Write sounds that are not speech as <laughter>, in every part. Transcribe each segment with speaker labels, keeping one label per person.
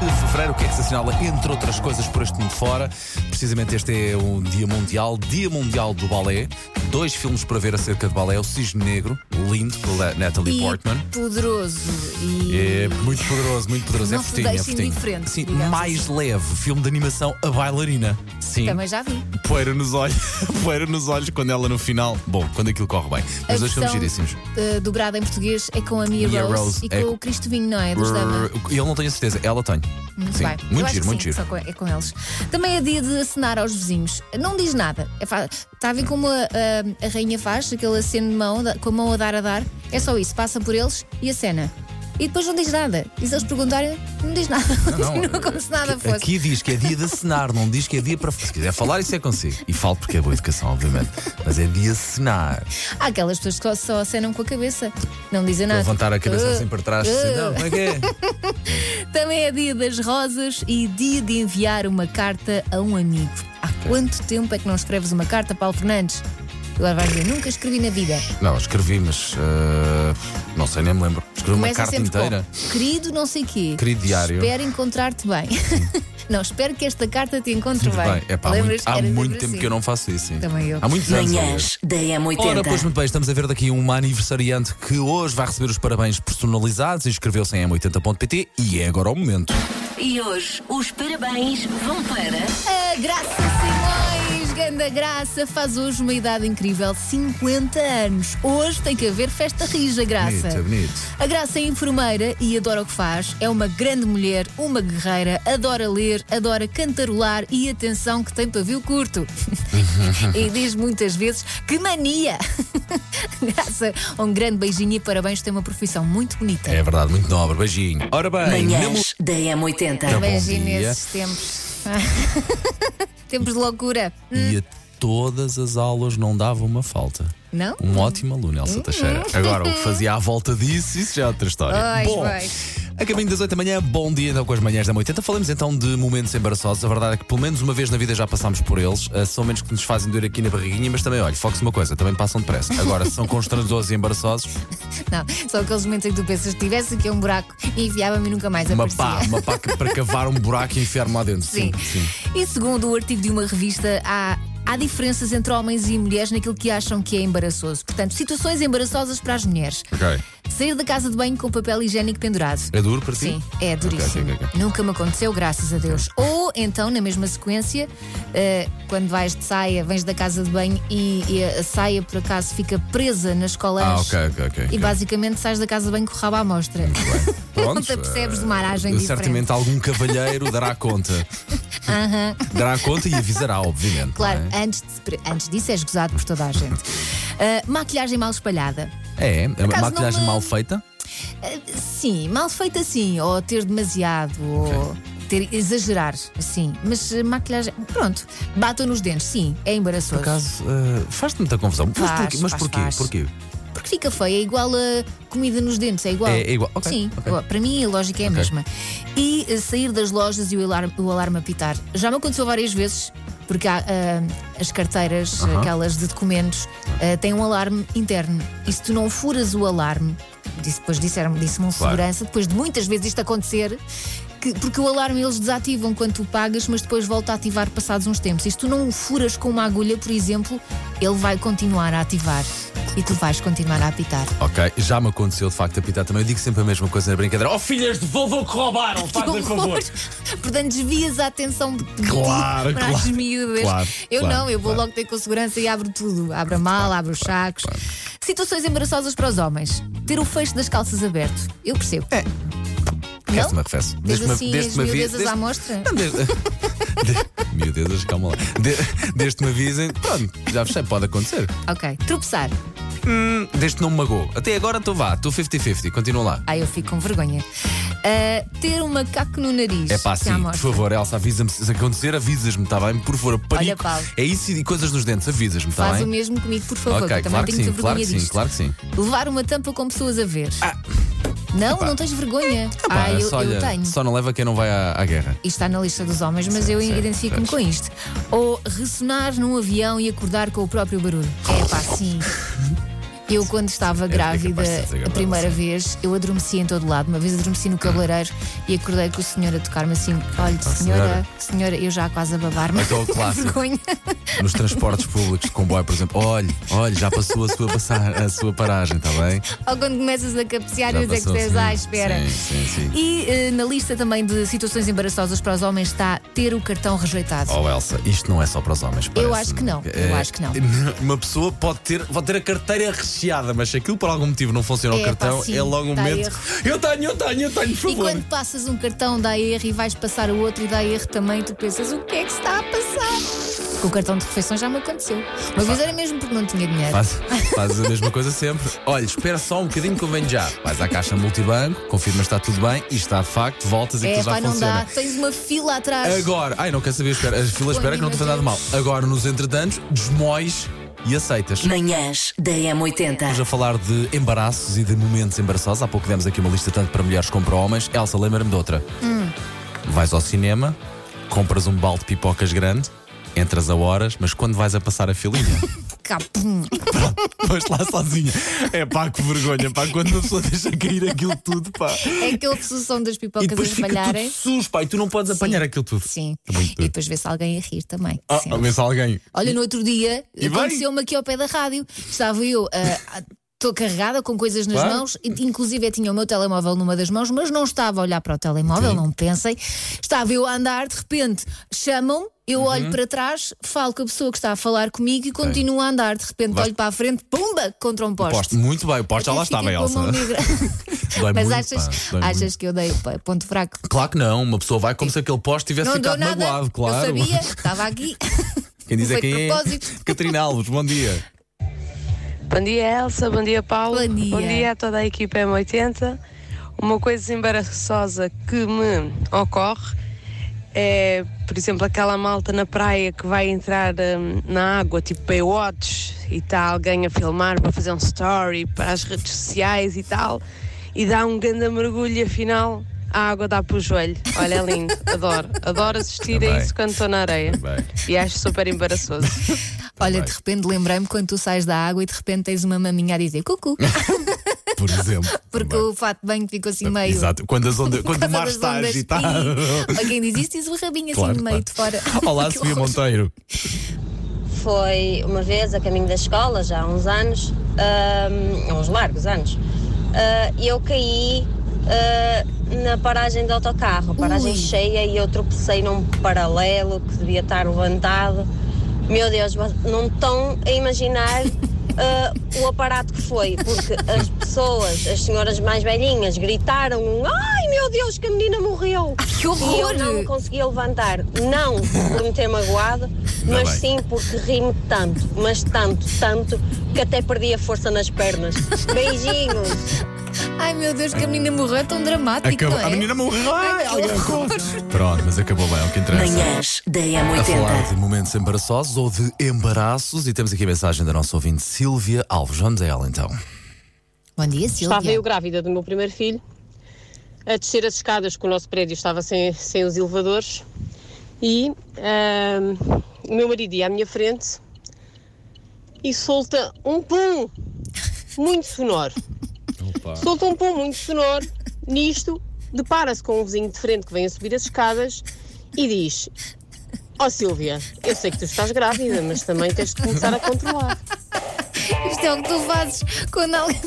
Speaker 1: de fevereiro, o que é que se assinala, entre outras coisas, por este mundo fora. Precisamente este é um dia mundial, Dia Mundial do Balé. Dois filmes para ver acerca de balé: O Cisne Negro, lindo, da Natalie
Speaker 2: e é
Speaker 1: Portman.
Speaker 2: poderoso e
Speaker 1: É muito poderoso, muito poderoso. é
Speaker 2: Não te
Speaker 1: fortinho, é
Speaker 2: deixa
Speaker 1: fortinho.
Speaker 2: indiferente,
Speaker 1: Sim,
Speaker 2: digamos assim.
Speaker 1: mais leve, filme de animação A Bailarina. Sim.
Speaker 2: também já vi.
Speaker 1: Poeira nos olhos, <laughs> poeira nos olhos quando ela no final. Bom, quando aquilo corre bem.
Speaker 2: A
Speaker 1: Mas dois filmes
Speaker 2: versão,
Speaker 1: giríssimos.
Speaker 2: eh, dobrada em português é com a Mia,
Speaker 1: Mia
Speaker 2: Rose,
Speaker 1: Rose,
Speaker 2: e
Speaker 1: é
Speaker 2: com
Speaker 1: com-
Speaker 2: o Cristo Vinho, não é? Dos Dama.
Speaker 1: Eu não tenho a certeza, ela tem.
Speaker 2: Muito
Speaker 1: sim.
Speaker 2: bem. Eu
Speaker 1: Muito
Speaker 2: acho
Speaker 1: giro,
Speaker 2: que
Speaker 1: muito
Speaker 2: sim,
Speaker 1: giro.
Speaker 2: só com- é com eles. Também é dia de acenar aos vizinhos. Não diz nada. É fa- Está a ver como a, a- a rainha faz, aquele aceno de mão, da- com a mão a dar a dar? É só isso. Passa por eles e acena. E depois não diz nada. E se eles perguntarem, não diz nada. <laughs> Não, como se nada
Speaker 1: aqui,
Speaker 2: fosse.
Speaker 1: aqui diz que é dia de acenar, não diz que é dia para. Se quiser falar, isso é consigo. E falo porque é boa educação, obviamente. Mas é dia de acenar.
Speaker 2: Há aquelas pessoas que só, só acenam com a cabeça. Não dizem nada.
Speaker 1: Levantar a cabeça
Speaker 2: Ah,
Speaker 1: assim para trás. Assim,
Speaker 2: ah.
Speaker 1: não, como é que é?
Speaker 2: Também é dia das rosas e dia de enviar uma carta a um amigo. Há quanto tempo é que não escreves uma carta, Paulo Fernandes? Agora vais dizer, nunca escrevi na vida.
Speaker 1: Não, escrevi, mas. ah, não sei, nem me lembro. Escrevi uma
Speaker 2: Começa
Speaker 1: carta
Speaker 2: sempre
Speaker 1: inteira.
Speaker 2: com querido não sei quê.
Speaker 1: Querido diário."
Speaker 2: Espero encontrar-te bem. <laughs> não, espero que esta carta te encontre
Speaker 1: Muito
Speaker 2: bem.
Speaker 1: bem. Epá, há
Speaker 2: Lembras
Speaker 1: muito,
Speaker 2: que
Speaker 1: há
Speaker 2: era
Speaker 1: muito
Speaker 2: sempre
Speaker 1: tempo
Speaker 2: assim?
Speaker 1: que eu não faço isso. sim.
Speaker 2: Também eu.
Speaker 1: Há muitos anos. aliás.
Speaker 3: Manhãs da
Speaker 1: Ora, pois
Speaker 3: M80.
Speaker 1: muito bem, estamos a ver daqui uma aniversariante que hoje vai receber os parabéns personalizados. Inscreveu-se em m80.pt e é agora o momento.
Speaker 3: E hoje os parabéns vão para.
Speaker 2: assim? A Graça Simões, Ganda Graça, faz hoje uma idade incrível, 50 anos. Hoje tem que haver festa rija, Graça.
Speaker 1: Bonito, é bonito.
Speaker 2: A Graça é enfermeira e adora o que faz. É uma grande mulher, uma guerreira, adora ler, adora cantarolar e atenção que tem pavio curto.
Speaker 1: Uhum.
Speaker 2: <laughs> e diz muitas vezes que mania! <laughs> Graça, um grande beijinho e parabéns, tem uma profissão muito bonita.
Speaker 1: É verdade, muito nobre. Beijinho. Ora bem, namo-
Speaker 3: Manhãs da M80.
Speaker 1: bom
Speaker 2: Beijinho
Speaker 1: dia.
Speaker 2: nesses <laughs> tempos. tempos de loucura.
Speaker 1: e a todas as aulas não dava uma falta.
Speaker 2: Não?
Speaker 1: Uma ótima aluna, Elsa Teixeira. Agora, o que fazia à volta disso, isso já é outra história.
Speaker 2: Pois,
Speaker 1: bom,
Speaker 2: pois.
Speaker 1: a caminho das 8 da manhã, bom dia então com as manhãs da 80. Falamos então de momentos embaraçosos. A verdade é que pelo menos uma vez na vida já passámos por eles. Ah, são momentos que nos fazem doer aqui na barriguinha, mas também, olha, foque-se uma coisa, também passam depressa. Agora, se são constrangedores e embaraçosos,
Speaker 2: Não, são aqueles momentos em que tu pensas que tivesse aqui um buraco e enfiava-me e nunca mais
Speaker 1: uma
Speaker 2: aparecia.
Speaker 1: pá, uma pá que- para cavar um buraco e enfiar-me lá dentro.
Speaker 2: Sim.
Speaker 1: sim.
Speaker 2: E segundo o artigo de uma revista, há. Há diferenças entre homens e mulheres naquilo que acham que é embaraçoso. Portanto, situações embaraçosas para as mulheres.
Speaker 1: Ok.
Speaker 2: Sair da casa de banho com papel higiênico pendurado.
Speaker 1: É duro para ti?
Speaker 2: Sim, é
Speaker 1: Ok,
Speaker 2: duríssimo.
Speaker 1: ok, ok.
Speaker 2: Nunca me aconteceu, graças a Deus. Ou então, na mesma sequência, eh, quando vais de saia, vens da casa de banho e, e a saia, por acaso, fica presa nas
Speaker 1: Ah,
Speaker 2: colas
Speaker 1: ok, ok, ok. Uhum.
Speaker 2: e
Speaker 1: ok.
Speaker 2: basicamente sais da casa de banho com o rabo à mostra. <laughs> Não te
Speaker 1: eh,
Speaker 2: apercebes de uma aragem diferente.
Speaker 1: Certamente algum cavalheiro dará
Speaker 2: <laughs>
Speaker 1: conta. Dará conta e avisará, obviamente.
Speaker 2: Claro,
Speaker 1: não é?
Speaker 2: antes, de se pre- antes disso és gozado por toda a gente. Ah, maquilhagem mal espalhada.
Speaker 1: É, é a
Speaker 2: acaso
Speaker 1: maquilhagem
Speaker 2: não me-
Speaker 1: mal feita.
Speaker 2: Sim, mal feita sim, ou ter demasiado, ou ter, exagerar, sim. Mas ah, maquilhagem, pronto, batam nos dentes, sim, é embaraçoso.
Speaker 1: Por acaso, eh, faz-te muita confusão. Mas
Speaker 2: Faz,
Speaker 1: porquê? Mas
Speaker 2: faz,
Speaker 1: porquê?
Speaker 2: faz.
Speaker 1: porquê?
Speaker 2: Porque fica feio, é igual a comida nos dentes, é igual.
Speaker 1: É- é igual, ok,
Speaker 2: Sim,
Speaker 1: ok.
Speaker 2: ó, para mim a lógica é a
Speaker 1: Ok.
Speaker 2: mesma. E eh, sair das lojas e o alarme, o alarme apitar. Já me aconteceu várias vezes, porque há, ah, as carteiras,
Speaker 1: Aham.
Speaker 2: aquelas de documentos, ah, têm um alarme interno. E se tu não furas o alarme, disse, depois disseram-me, disse-me um
Speaker 1: Claro.
Speaker 2: segurança, depois de muitas vezes isto acontecer. que- porque o alarme eles desativam quando tu pagas, mas depois volta a ativar passados uns tempos. E se tu não o furas com uma agulha, por exemplo, ele vai continuar a ativar. E tu vais continuar a apitar.
Speaker 1: Ok, já me aconteceu de facto apitar também. Eu digo sempre a mesma coisa na brincadeira. Oh, filhas de vovô que roubaram, fazem favor.
Speaker 2: <laughs> Portanto, desvias a atenção de ti
Speaker 1: Claro,
Speaker 2: para as
Speaker 1: claro,
Speaker 2: miúdas.
Speaker 1: claro,
Speaker 2: eu
Speaker 1: claro,
Speaker 2: não, eu vou
Speaker 1: claro.
Speaker 2: logo ter com a segurança e abro tudo. Abro a mala, abro os sacos. Situações embaraçosas para os homens. Ter o fecho das calças aberto. Eu percebo. É. Não?
Speaker 1: Refesso-me, refeço.
Speaker 2: Desde
Speaker 1: Desde-me-
Speaker 2: assim as
Speaker 1: desde-me avi-
Speaker 2: miudezas à
Speaker 1: desde-
Speaker 2: mostra?
Speaker 1: Não, desde- <laughs> de- Miudezas, calma lá. De- Desde que me avisem, pronto, já fechei, pode acontecer.
Speaker 2: Ok. Tropeçar.
Speaker 1: Desde que não me magoou. Até agora estou vá, estou 50-50, continua lá.
Speaker 2: Ai, eu fico com vergonha. Ah, ter um macaco no nariz.
Speaker 1: É pá,
Speaker 2: que
Speaker 1: sim,
Speaker 2: à
Speaker 1: por
Speaker 2: mostra.
Speaker 1: favor, Elsa, avisa-me. Se acontecer, avisas-me, está bem? Por favor, parico.
Speaker 2: Paulo.
Speaker 1: É isso e coisas nos dentes, avisas-me, está
Speaker 2: Faz
Speaker 1: tá bem?
Speaker 2: o mesmo comigo, por favor. que
Speaker 1: ok,
Speaker 2: eu também
Speaker 1: claro que
Speaker 2: tenho
Speaker 1: sim,
Speaker 2: muita
Speaker 1: claro que
Speaker 2: vergonha
Speaker 1: sim,
Speaker 2: disto.
Speaker 1: claro que sim.
Speaker 2: Levar uma tampa com pessoas a ver. Não, não tens vergonha.
Speaker 1: Pá,
Speaker 2: ah, eu,
Speaker 1: só,
Speaker 2: eu
Speaker 1: olha,
Speaker 2: tenho.
Speaker 1: só não leva quem não vai à, à guerra.
Speaker 2: Isto está na lista dos homens, mas
Speaker 1: Sim,
Speaker 2: eu
Speaker 1: sim,
Speaker 2: identifico-me
Speaker 1: pois.
Speaker 2: com isto. Ou ressonar num avião e acordar com o próprio barulho. É pá, sim. Eu, quando estava
Speaker 1: Deve ter
Speaker 2: grávida
Speaker 1: capacidade de ser
Speaker 2: a
Speaker 1: agradável,
Speaker 2: primeira
Speaker 1: sim.
Speaker 2: vez, eu adormeci em todo lado. Uma vez adormeci no cabeleireiro e acordei com o senhor a tocar-me assim: olha, senhora,
Speaker 1: Ah, senhora."
Speaker 2: senhora, eu já quase a babar-me. <laughs>
Speaker 1: Aquele clássico.
Speaker 2: Vergonha.
Speaker 1: Nos transportes <laughs> públicos, de comboio, por exemplo, olhe, olhe, já passou a sua, passar, a sua paragem, está bem?
Speaker 2: Ou quando começas a é cabecear
Speaker 1: Já
Speaker 2: e os
Speaker 1: passou,
Speaker 2: extras
Speaker 1: sim.
Speaker 2: à "Ah, espera.
Speaker 1: Sim, sim, sim.
Speaker 2: E eh, na lista também de situações embaraçosas para os homens está ter o cartão rejeitado.
Speaker 1: Oh Elsa, isto não é só para os homens.
Speaker 2: Eu
Speaker 1: parece-me.
Speaker 2: acho que não, eu
Speaker 1: É,
Speaker 2: acho que não.
Speaker 1: <laughs> Uma pessoa pode ter, pode ter a carteira recheada, mas se aquilo por algum motivo não funciona
Speaker 2: É,
Speaker 1: o
Speaker 2: pá,
Speaker 1: cartão,
Speaker 2: sim,
Speaker 1: é logo um
Speaker 2: dá
Speaker 1: momento.
Speaker 2: erro.
Speaker 1: Eu tenho, eu tenho, eu tenho, por
Speaker 2: E
Speaker 1: favor.
Speaker 2: quando passas um cartão dá erro e vais passar o outro e dá erro também, tu pensas o que é que se está a passar? Com o cartão de refeição já me aconteceu. Uma vez era mesmo porque não tinha dinheiro.
Speaker 1: Faz, faz a mesma coisa sempre. Olha, espera só um bocadinho que eu venho já. Vais à caixa multibanco, confirmas que está tudo bem e está de facto, voltas e
Speaker 2: é,
Speaker 1: aquilo já
Speaker 2: pá, não
Speaker 1: funciona.
Speaker 2: dá. Tens uma fila atrás.
Speaker 1: Agora, ai, não quer saber, espera, as filas espera que não te faz nada mal. Agora, nos entretantos, desmois e aceitas.
Speaker 3: Manhãs da
Speaker 1: Estamos
Speaker 3: M80.
Speaker 1: a falar de embaraços e de momentos embaraçosos. Há pouco demos aqui uma lista tanto para mulheres como para homens. Elsa, lembra-me de outra.
Speaker 2: Hum.
Speaker 1: Vais ao cinema, compras um balde de pipocas grande, entras a horas, mas quando vais a passar a
Speaker 2: <laughs>
Speaker 1: filinha,
Speaker 2: Capum.
Speaker 1: vais lá sozinha. É pá, que vergonha, pá, quando uma pessoa deixa cair aquilo tudo, pá.
Speaker 2: É aquela sucessão das
Speaker 1: E
Speaker 2: pipocas a
Speaker 1: depois fica tudo
Speaker 2: espalharem.
Speaker 1: sus, pá, e tu não podes apanhar aquilo tudo.
Speaker 2: Sim.
Speaker 1: Muito
Speaker 2: E
Speaker 1: bem.
Speaker 2: depois vê-se alguém a rir também.
Speaker 1: Ah,
Speaker 2: Sim. é
Speaker 1: vê se alguém.
Speaker 2: Olha, no outro dia
Speaker 1: E bem?
Speaker 2: aconteceu-me aqui ao pé da rádio. Estava eu. Estou carregada com coisas nas
Speaker 1: Claro.
Speaker 2: mãos, e, inclusive eu tinha o meu telemóvel numa das mãos, mas não estava a olhar para o telemóvel,
Speaker 1: Sim.
Speaker 2: não pensem. Estava eu a andar, de repente chamam,
Speaker 1: Uhum.
Speaker 2: eu olho para trás, falo com a pessoa que está a falar comigo e continuo a andar. De repente
Speaker 1: Vais-
Speaker 2: olho para a frente, pumba, contra um poste.
Speaker 1: Posto, muito bem, o posto já lá
Speaker 2: Até
Speaker 1: estava,
Speaker 2: fiquei com a mão
Speaker 1: Elsa. <laughs>
Speaker 2: negra.
Speaker 1: Dói
Speaker 2: Mas
Speaker 1: muito,
Speaker 2: achas,
Speaker 1: pá, dói muito.
Speaker 2: achas que eu dei pá, ponto fraco?
Speaker 1: Claro que não, uma pessoa vai como se aquele poste tivesse
Speaker 2: Não dou
Speaker 1: ficado
Speaker 2: nada.
Speaker 1: magoado, claro.
Speaker 2: Eu
Speaker 1: <laughs>
Speaker 2: sabia, estava aqui.
Speaker 1: Quem diz
Speaker 2: Foi
Speaker 1: é quem
Speaker 2: de propósito.
Speaker 1: é. <laughs> Catarina Alves, bom dia.
Speaker 4: Bom dia, Elsa. Bom dia, Paulo.
Speaker 2: Bom dia.
Speaker 4: a toda a equipa M80. Uma coisa embaraçosa que me ocorre é, por exemplo, aquela malta na praia que vai entrar hum, na água, tipo Baywatch, e está alguém a filmar para fazer um story para as redes sociais e tal, e dá um grande mergulho e afinal a água dá para o joelho. Olha,
Speaker 2: <laughs>
Speaker 4: é lindo. Adoro. Adoro assistir a
Speaker 1: Também.
Speaker 4: isso quando estou na areia.
Speaker 1: Também.
Speaker 4: E acho super embaraçoso.
Speaker 2: Olha,
Speaker 1: Vai.
Speaker 2: de repente lembrei-me quando tu sais da água e de repente tens uma maminha a
Speaker 1: <laughs>
Speaker 2: dizer cucu,
Speaker 1: Por exemplo.
Speaker 2: <laughs> porque
Speaker 1: Também.
Speaker 2: o fato de banho ficou assim meio. <laughs>
Speaker 1: Exato, quando, as ondas- quando o mar está agitado.
Speaker 2: Alguém diz isso, diz o rabinho
Speaker 1: Claro,
Speaker 2: assim no meio
Speaker 1: claro.
Speaker 2: de fora.
Speaker 1: <laughs> Olá,
Speaker 2: Que
Speaker 1: Sofia
Speaker 2: horror.
Speaker 1: Monteiro.
Speaker 5: foi uma vez a caminho da escola, já há uns anos, hum, há uns largos anos, ah, eu caí ah, na paragem do autocarro, paragem
Speaker 2: Ui.
Speaker 5: cheia, e eu tropecei num paralelo que devia estar levantado. Meu Deus, mas não estão a imaginar ah, o aparato que foi, porque as pessoas, as senhoras mais velhinhas, gritaram: um, Ai meu Deus, que a menina morreu!
Speaker 2: Que
Speaker 5: E eu
Speaker 2: horror!
Speaker 5: não me conseguia levantar, não por me ter magoado, mas
Speaker 1: bem.
Speaker 5: sim porque ri-me tanto, mas tanto, tanto, que até perdi a força nas pernas. Beijinhos!
Speaker 2: Ai meu Deus, que a menina morreu é tão dramático.
Speaker 1: Acabou-
Speaker 2: não é?
Speaker 1: A menina morreu. Ai,
Speaker 2: Que
Speaker 1: alguém
Speaker 2: horror. <laughs>
Speaker 1: acordou. Pronto, mas acabou bem, é o que interessa.
Speaker 3: Manhãs da
Speaker 1: A falar
Speaker 3: M80.
Speaker 1: de momentos embaraçosos ou de embaraços, e temos aqui a mensagem da nossa ouvinte Silvia Alves. Vamos a ela então.
Speaker 2: Bom dia, Silvia.
Speaker 6: Estava eu grávida do meu primeiro filho, a descer as escadas, que o nosso prédio estava sem, sem os elevadores, e ahm, o meu marido ia à minha frente e solta um pum muito sonoro. Solta um pum muito sonoro. Nisto, depara-se com um vizinho de frente que vem a subir as escadas e diz: Ó Silvia, eu sei que tu estás grávida, mas também tens de começar a controlar.
Speaker 2: Isto é o que tu fazes quando alguém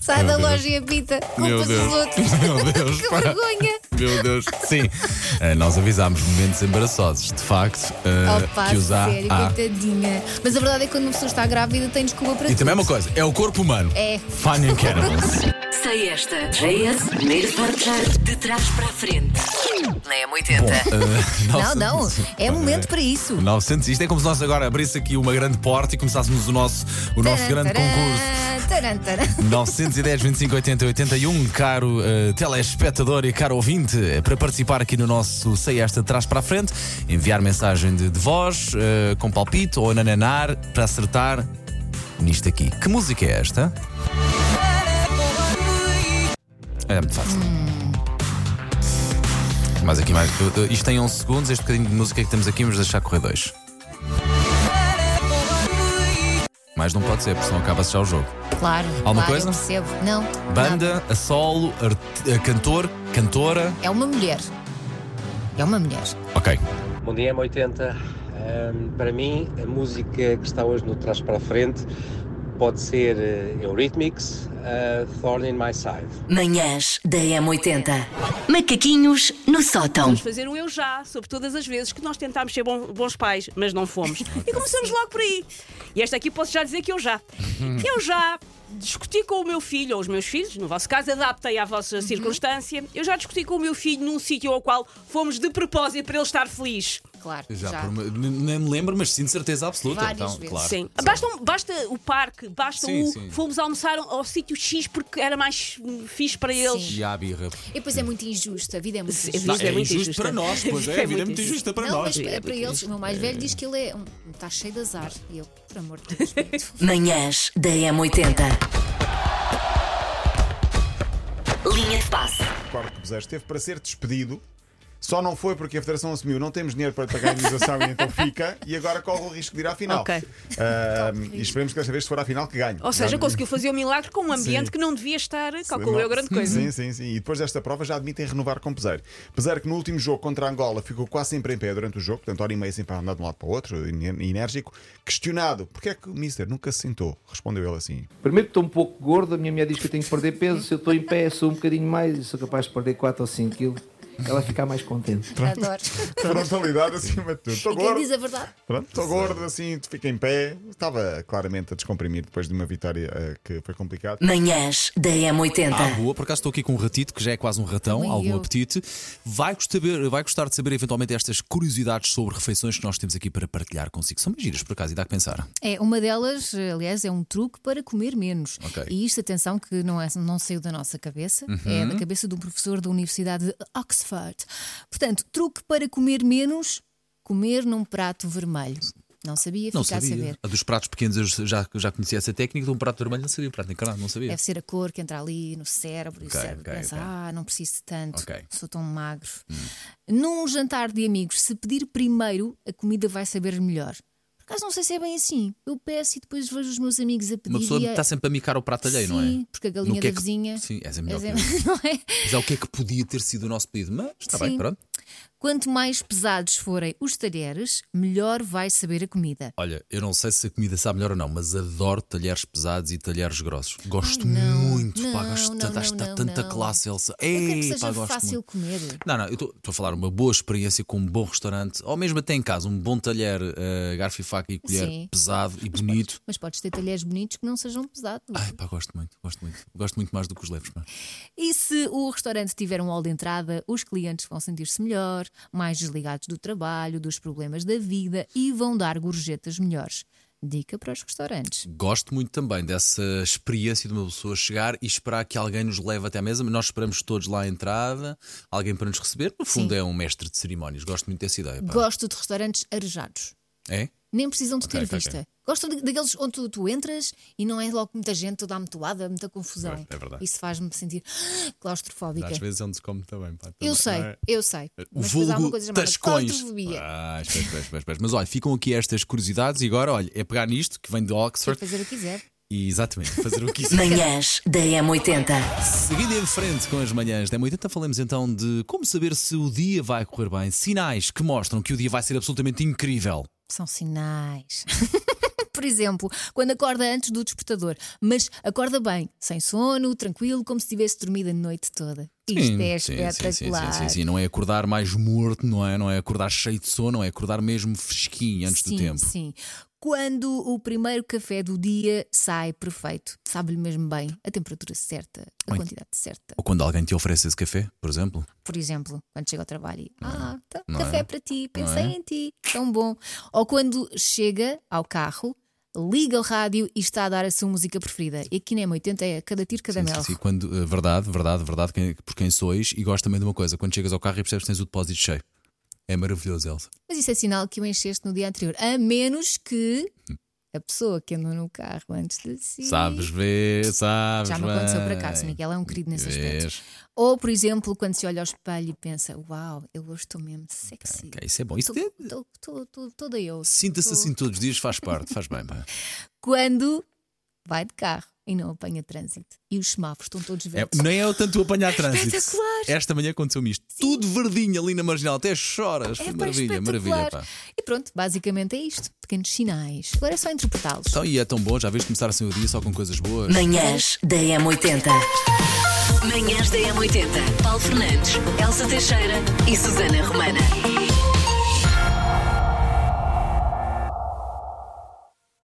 Speaker 2: sai
Speaker 1: Meu
Speaker 2: da
Speaker 1: Deus.
Speaker 2: loja e apita
Speaker 1: Meu
Speaker 2: culpas dos
Speaker 1: Deus.
Speaker 2: outros.
Speaker 1: <laughs> Meu Deus,
Speaker 2: <laughs> que
Speaker 1: pá.
Speaker 2: vergonha!
Speaker 1: Meu Deus. Sim, eh, nós avisámos momentos embaraçosos, de facto, eh,
Speaker 2: Opa,
Speaker 1: que Ah. os há.
Speaker 2: Oh, sério,
Speaker 1: há.
Speaker 2: coitadinha. Mas a verdade é que quando uma pessoa está grávida tem desculpa para
Speaker 1: E
Speaker 2: tudo.
Speaker 1: também é uma coisa, é o corpo humano.
Speaker 2: É.
Speaker 1: Finding Cannibals.
Speaker 3: Sei esta. JS, primeiro portar de trás para a frente. Na
Speaker 2: <laughs>
Speaker 1: Bom,
Speaker 3: M80.
Speaker 1: eh,
Speaker 2: Não, não, é
Speaker 1: 900. <laughs>
Speaker 2: momento para isso.
Speaker 1: 900, isto é como se nós agora abrisse aqui uma grande porta e começássemos o nosso, o nosso grande concurso. 910, 25, 80, 81, caro eh, telespectador e caro ouvinte, eh, para participar aqui no nosso Sei Esta de Trás para a Frente, enviar mensagem de, de voz, eh, com palpite ou nananar, para acertar nisto aqui. Que música é esta? É muito fácil. Mais aqui, mais. eu- eu- Isto tem 11 segundos, este bocadinho de música que temos aqui, vamos deixar correr dois. Mais não pode ser, porque senão acaba-se já o jogo.
Speaker 2: Claro.
Speaker 1: Alguma
Speaker 2: claro,
Speaker 1: coisa?
Speaker 2: Eu percebo. Não. nada.
Speaker 1: Banda, a solo, art- a cantor, cantora.
Speaker 2: É uma mulher. É uma mulher.
Speaker 1: Ok.
Speaker 7: Bom dia, M80. Ahm, ehm, para mim, a música que está hoje no Trás para a Frente pode ser eh, Eurythmics, eh, Thorn in My Side.
Speaker 3: Manhãs da M80. Macaquinhos no sótão.
Speaker 8: Vamos fazer um eu já, sobre todas as vezes que nós tentámos ser bom- bons pais, mas
Speaker 1: <laughs>
Speaker 8: não fomos. E começamos logo por aí. E esta aqui posso já dizer que eu já.
Speaker 1: Uhum.
Speaker 8: Eu já discuti com o meu filho, ou os meus filhos, no vosso caso, adaptei à
Speaker 1: Uhum.
Speaker 8: vossa circunstância. Eu já discuti com o meu filho num sítio ao qual fomos de propósito para ele estar feliz.
Speaker 2: Claro.
Speaker 1: Já, por uma- n- nem me lembro, mas sinto certeza absoluta.
Speaker 2: Várias
Speaker 1: então,
Speaker 2: vezes.
Speaker 1: claro.
Speaker 8: Sim. Basta, um- basta o parque, basta
Speaker 1: Sim,
Speaker 8: o.
Speaker 1: sim.
Speaker 8: Fomos almoçar ao sítio X porque era mais hum, fixe para eles.
Speaker 2: Sim.
Speaker 1: E há a birra.
Speaker 2: E depois é muito injusto. A vida é muito
Speaker 8: Sim,
Speaker 2: injusta.
Speaker 8: a
Speaker 1: Não,
Speaker 8: vida
Speaker 1: é,
Speaker 8: é muito
Speaker 1: injusto
Speaker 8: injusta.
Speaker 1: para nós, pois é, a vida é muito injusta para
Speaker 2: não,
Speaker 1: nós.
Speaker 2: mas para,
Speaker 8: É,
Speaker 2: para
Speaker 8: é
Speaker 2: eles, o meu mais velho diz que ele é um, está cheio de azar. E eu, por amor
Speaker 1: <laughs>
Speaker 2: de Deus, Pedro.
Speaker 3: Manhãs da M80. Linha de passe.
Speaker 9: Claro que puseste, teve para ser despedido. Só não foi porque a Federação assumiu, não temos dinheiro para pagar a
Speaker 8: <laughs>
Speaker 9: indenização e então fica, e agora corre o risco de ir à final.
Speaker 8: Ok.
Speaker 9: Ah, e esperemos que desta vez, se for à final, que ganhe. é?
Speaker 8: Ou seja,
Speaker 9: Ganhe.
Speaker 8: conseguiu fazer um milagre com um ambiente que não devia estar, calculo eu, grande coisa.
Speaker 9: Sim, sim, sim. E depois desta prova já admitem renovar com Peseiro. Peseiro que no último jogo contra a Angola ficou quase sempre em pé durante o jogo, portanto, hora e meia sempre a andar de um lado para o outro, ine- enérgico. Questionado, porquê é que o Mister nunca se sentou? Respondeu
Speaker 8: <laughs>
Speaker 9: ele assim:
Speaker 10: Primeiro que estou um pouco gordo, a minha mulher diz que eu tenho que perder peso, se eu estou em pé sou um bocadinho mais e sou capaz de perder 4 ou 5 quilos, ela fica mais contente.
Speaker 2: Adoro.
Speaker 9: frontalidade acima de tudo. Estou
Speaker 2: E quem
Speaker 9: gordo.
Speaker 2: diz a verdade?
Speaker 9: Pronto, estou gordo, assim, fica em pé. Estava claramente a descomprimir depois de uma vitória eh, que foi complicada.
Speaker 3: Manhãs da M80.
Speaker 1: Ah, boa, por acaso estou aqui com um ratito que já é quase um ratão,
Speaker 2: Também
Speaker 1: algum
Speaker 2: eu.
Speaker 1: apetite. Vai gostar, vai gostar de saber eventualmente estas curiosidades sobre refeições que nós temos aqui para partilhar consigo. São bem giras, por acaso, e dá que pensar.
Speaker 2: É, uma delas, aliás, é um truque para comer menos.
Speaker 1: Ok.
Speaker 2: E isto, atenção, que não, é, não saiu da nossa cabeça, é
Speaker 1: Uhum.
Speaker 2: da cabeça de um professor da Universidade de Oxford. Portanto, truque para comer menos, comer num prato vermelho. Não sabia,
Speaker 1: Não
Speaker 2: fica a
Speaker 1: sabia.
Speaker 2: saber.
Speaker 1: A dos pratos pequenos eu já, já conhecia essa técnica, de um prato vermelho não sabia, prato encarnado, não sabia.
Speaker 2: Deve ser a cor que entra ali no cérebro e
Speaker 1: Ok,
Speaker 2: o cérebro
Speaker 1: ok,
Speaker 2: pensa:
Speaker 1: ok.
Speaker 2: ah, não preciso de tanto,
Speaker 1: Ok. Hum.
Speaker 2: sou tão magro. Num jantar de amigos, se pedir primeiro, a comida vai saber melhor. Por acaso não sei se é bem assim. Eu peço e depois vejo os meus amigos a pedir.
Speaker 1: Uma pessoa
Speaker 2: e é a-
Speaker 1: está sempre a micar o prato alheio, não é?
Speaker 2: Sim, porque a
Speaker 1: No que
Speaker 2: galinha da
Speaker 1: é que-
Speaker 2: vizinha.
Speaker 1: Sim, essa é a melhor
Speaker 2: Mas é-
Speaker 1: opinião.
Speaker 2: <laughs> não é?
Speaker 1: Mas é o que é que podia ter sido o nosso pedido, mas está bem,
Speaker 2: Sim.
Speaker 1: pronto.
Speaker 2: Quanto mais pesados forem os talheres, melhor vai saber a comida.
Speaker 1: Olha, eu não sei se a comida sabe melhor ou não, mas adoro talheres pesados e talheres grossos. Gosto
Speaker 2: Ai, não.
Speaker 1: muito, pá,
Speaker 2: Não,
Speaker 1: gosto
Speaker 2: não,
Speaker 1: tanto,
Speaker 2: não,
Speaker 1: acho que dá
Speaker 2: não,
Speaker 1: tanta
Speaker 2: não.
Speaker 1: classe, Elsa.
Speaker 2: Eu quero que
Speaker 1: Ei, pá,
Speaker 2: seja
Speaker 1: gosto
Speaker 2: fácil
Speaker 1: muito.
Speaker 2: comer.
Speaker 1: Não, não, eu estou estou a falar uma boa experiência com um bom restaurante, ou mesmo até em casa, um bom talher, eh, garfo e faca e colher
Speaker 2: Sim.
Speaker 1: pesado e bonito.
Speaker 2: Mas podes ter talheres bonitos que não sejam pesados.
Speaker 1: Ai, pá, gosto muito, gosto muito. Gosto muito mais do que os leves, pá.
Speaker 2: E se o restaurante tiver um hall de entrada, os clientes vão sentir-se melhor, mais desligados do trabalho, dos problemas da vida e vão dar gorjetas melhores. Dica para os restaurantes.
Speaker 1: Gosto muito também dessa experiência de uma pessoa chegar e esperar que alguém nos leve até à mesa, mas nós esperamos todos lá à entrada, alguém para nos receber. No fundo,
Speaker 2: Sim.
Speaker 1: é um mestre de cerimónias. Gosto muito dessa ideia, pá.
Speaker 2: Gosto de restaurantes arejados.
Speaker 1: é?
Speaker 2: Nem precisam de
Speaker 1: Ok, tá
Speaker 2: ter
Speaker 1: ok,
Speaker 2: vista. Gosto de- daqueles onde tu, tu entras e não é logo muita gente, toda amontoada, muita confusão.
Speaker 1: Pois, é verdade.
Speaker 2: Isso faz-me sentir claustrofóbica.
Speaker 1: Às vezes é onde se come também, pá. também,
Speaker 2: Eu sei,
Speaker 1: não é?
Speaker 2: eu sei.
Speaker 1: O
Speaker 2: mas depois há uma
Speaker 1: vulgo
Speaker 2: coisa chamada
Speaker 1: tascões.
Speaker 2: claustrofobia.
Speaker 1: Ah, espera, espera, espera, espera. Mas olha, ficam aqui estas curiosidades e agora, olha, é pegar nisto que vem de
Speaker 2: Pode
Speaker 1: Oxford
Speaker 2: fazer o que quiser.
Speaker 1: e exatamente fazer o que
Speaker 2: <laughs>
Speaker 1: quiser.
Speaker 3: Manhãs da M80.
Speaker 1: Seguindo em frente com as manhãs da 80, falamos então de como saber se o dia vai correr bem. Sinais que mostram que o dia vai ser absolutamente incrível.
Speaker 2: São sinais. <laughs> Por exemplo, quando acorda antes do despertador, mas acorda bem, sem sono, tranquilo, como se tivesse dormido a noite toda. Isto é
Speaker 1: sim, sim,
Speaker 2: espetacular.
Speaker 1: sim, sim. Não é acordar mais morto, não é? Não é acordar cheio de sono, não é acordar mesmo fresquinho antes
Speaker 2: Sim,
Speaker 1: do tempo.
Speaker 2: Sim. Quando o primeiro café do dia sai perfeito, sabe-lhe mesmo bem a temperatura certa, a
Speaker 1: Oi.
Speaker 2: quantidade certa.
Speaker 1: Ou quando alguém te oferece esse café, por exemplo.
Speaker 2: Por exemplo, quando chega ao trabalho e ah, tá,
Speaker 1: Não
Speaker 2: café
Speaker 1: é?
Speaker 2: para ti, pensei em ti, tão bom. Ou quando chega ao carro, liga o rádio e está a dar a sua música preferida. E aqui na M80 é cada tiro, cada
Speaker 1: Sim,
Speaker 2: mel.
Speaker 1: sim, sim. Quando, eh, verdade, verdade, verdade, quem- por quem sois. E gosto também de uma coisa: quando chegas ao carro e percebes que tens o depósito cheio. É maravilhoso, Elsa.
Speaker 2: Mas isso é sinal que o encheste no dia anterior. A menos que a pessoa que andou no carro antes de si.
Speaker 1: Sabes ver, sabes
Speaker 2: Já me aconteceu por acaso,
Speaker 1: bem.
Speaker 2: Miguel é um querido nesse aspecto.
Speaker 1: Vês?
Speaker 2: Ou, por exemplo, quando se olha ao espelho e pensa: Uau, eu hoje estou mesmo sexy.
Speaker 1: Ok, isso é bom. Isso
Speaker 2: Estou-
Speaker 1: é-
Speaker 2: estou- estou- estou- Toda eu.
Speaker 1: Sinta-se
Speaker 2: Estou-
Speaker 1: assim todos os dias, faz parte, faz bem. pá.
Speaker 2: Quando vai de carro e não apanha trânsito. E os semáforos estão todos
Speaker 1: É,
Speaker 2: verdes.
Speaker 1: nem é o tanto apanhar trânsito.
Speaker 2: Espetacular.
Speaker 1: Esta manhã aconteceu-me isto. Tudo verdinho ali na marginal, até choras.
Speaker 2: É, pá,
Speaker 1: maravilha,
Speaker 2: espetacular.
Speaker 1: maravilha. Pá.
Speaker 2: E pronto, basicamente é isto. Pequenos sinais. Agora é só interpretá-los.
Speaker 1: Então, e é tão bom, já viste começar assim o dia só com coisas boas.
Speaker 3: Manhãs da M80. Manhãs da M80. Paulo Fernandes, Elsa Teixeira e Susana Romana.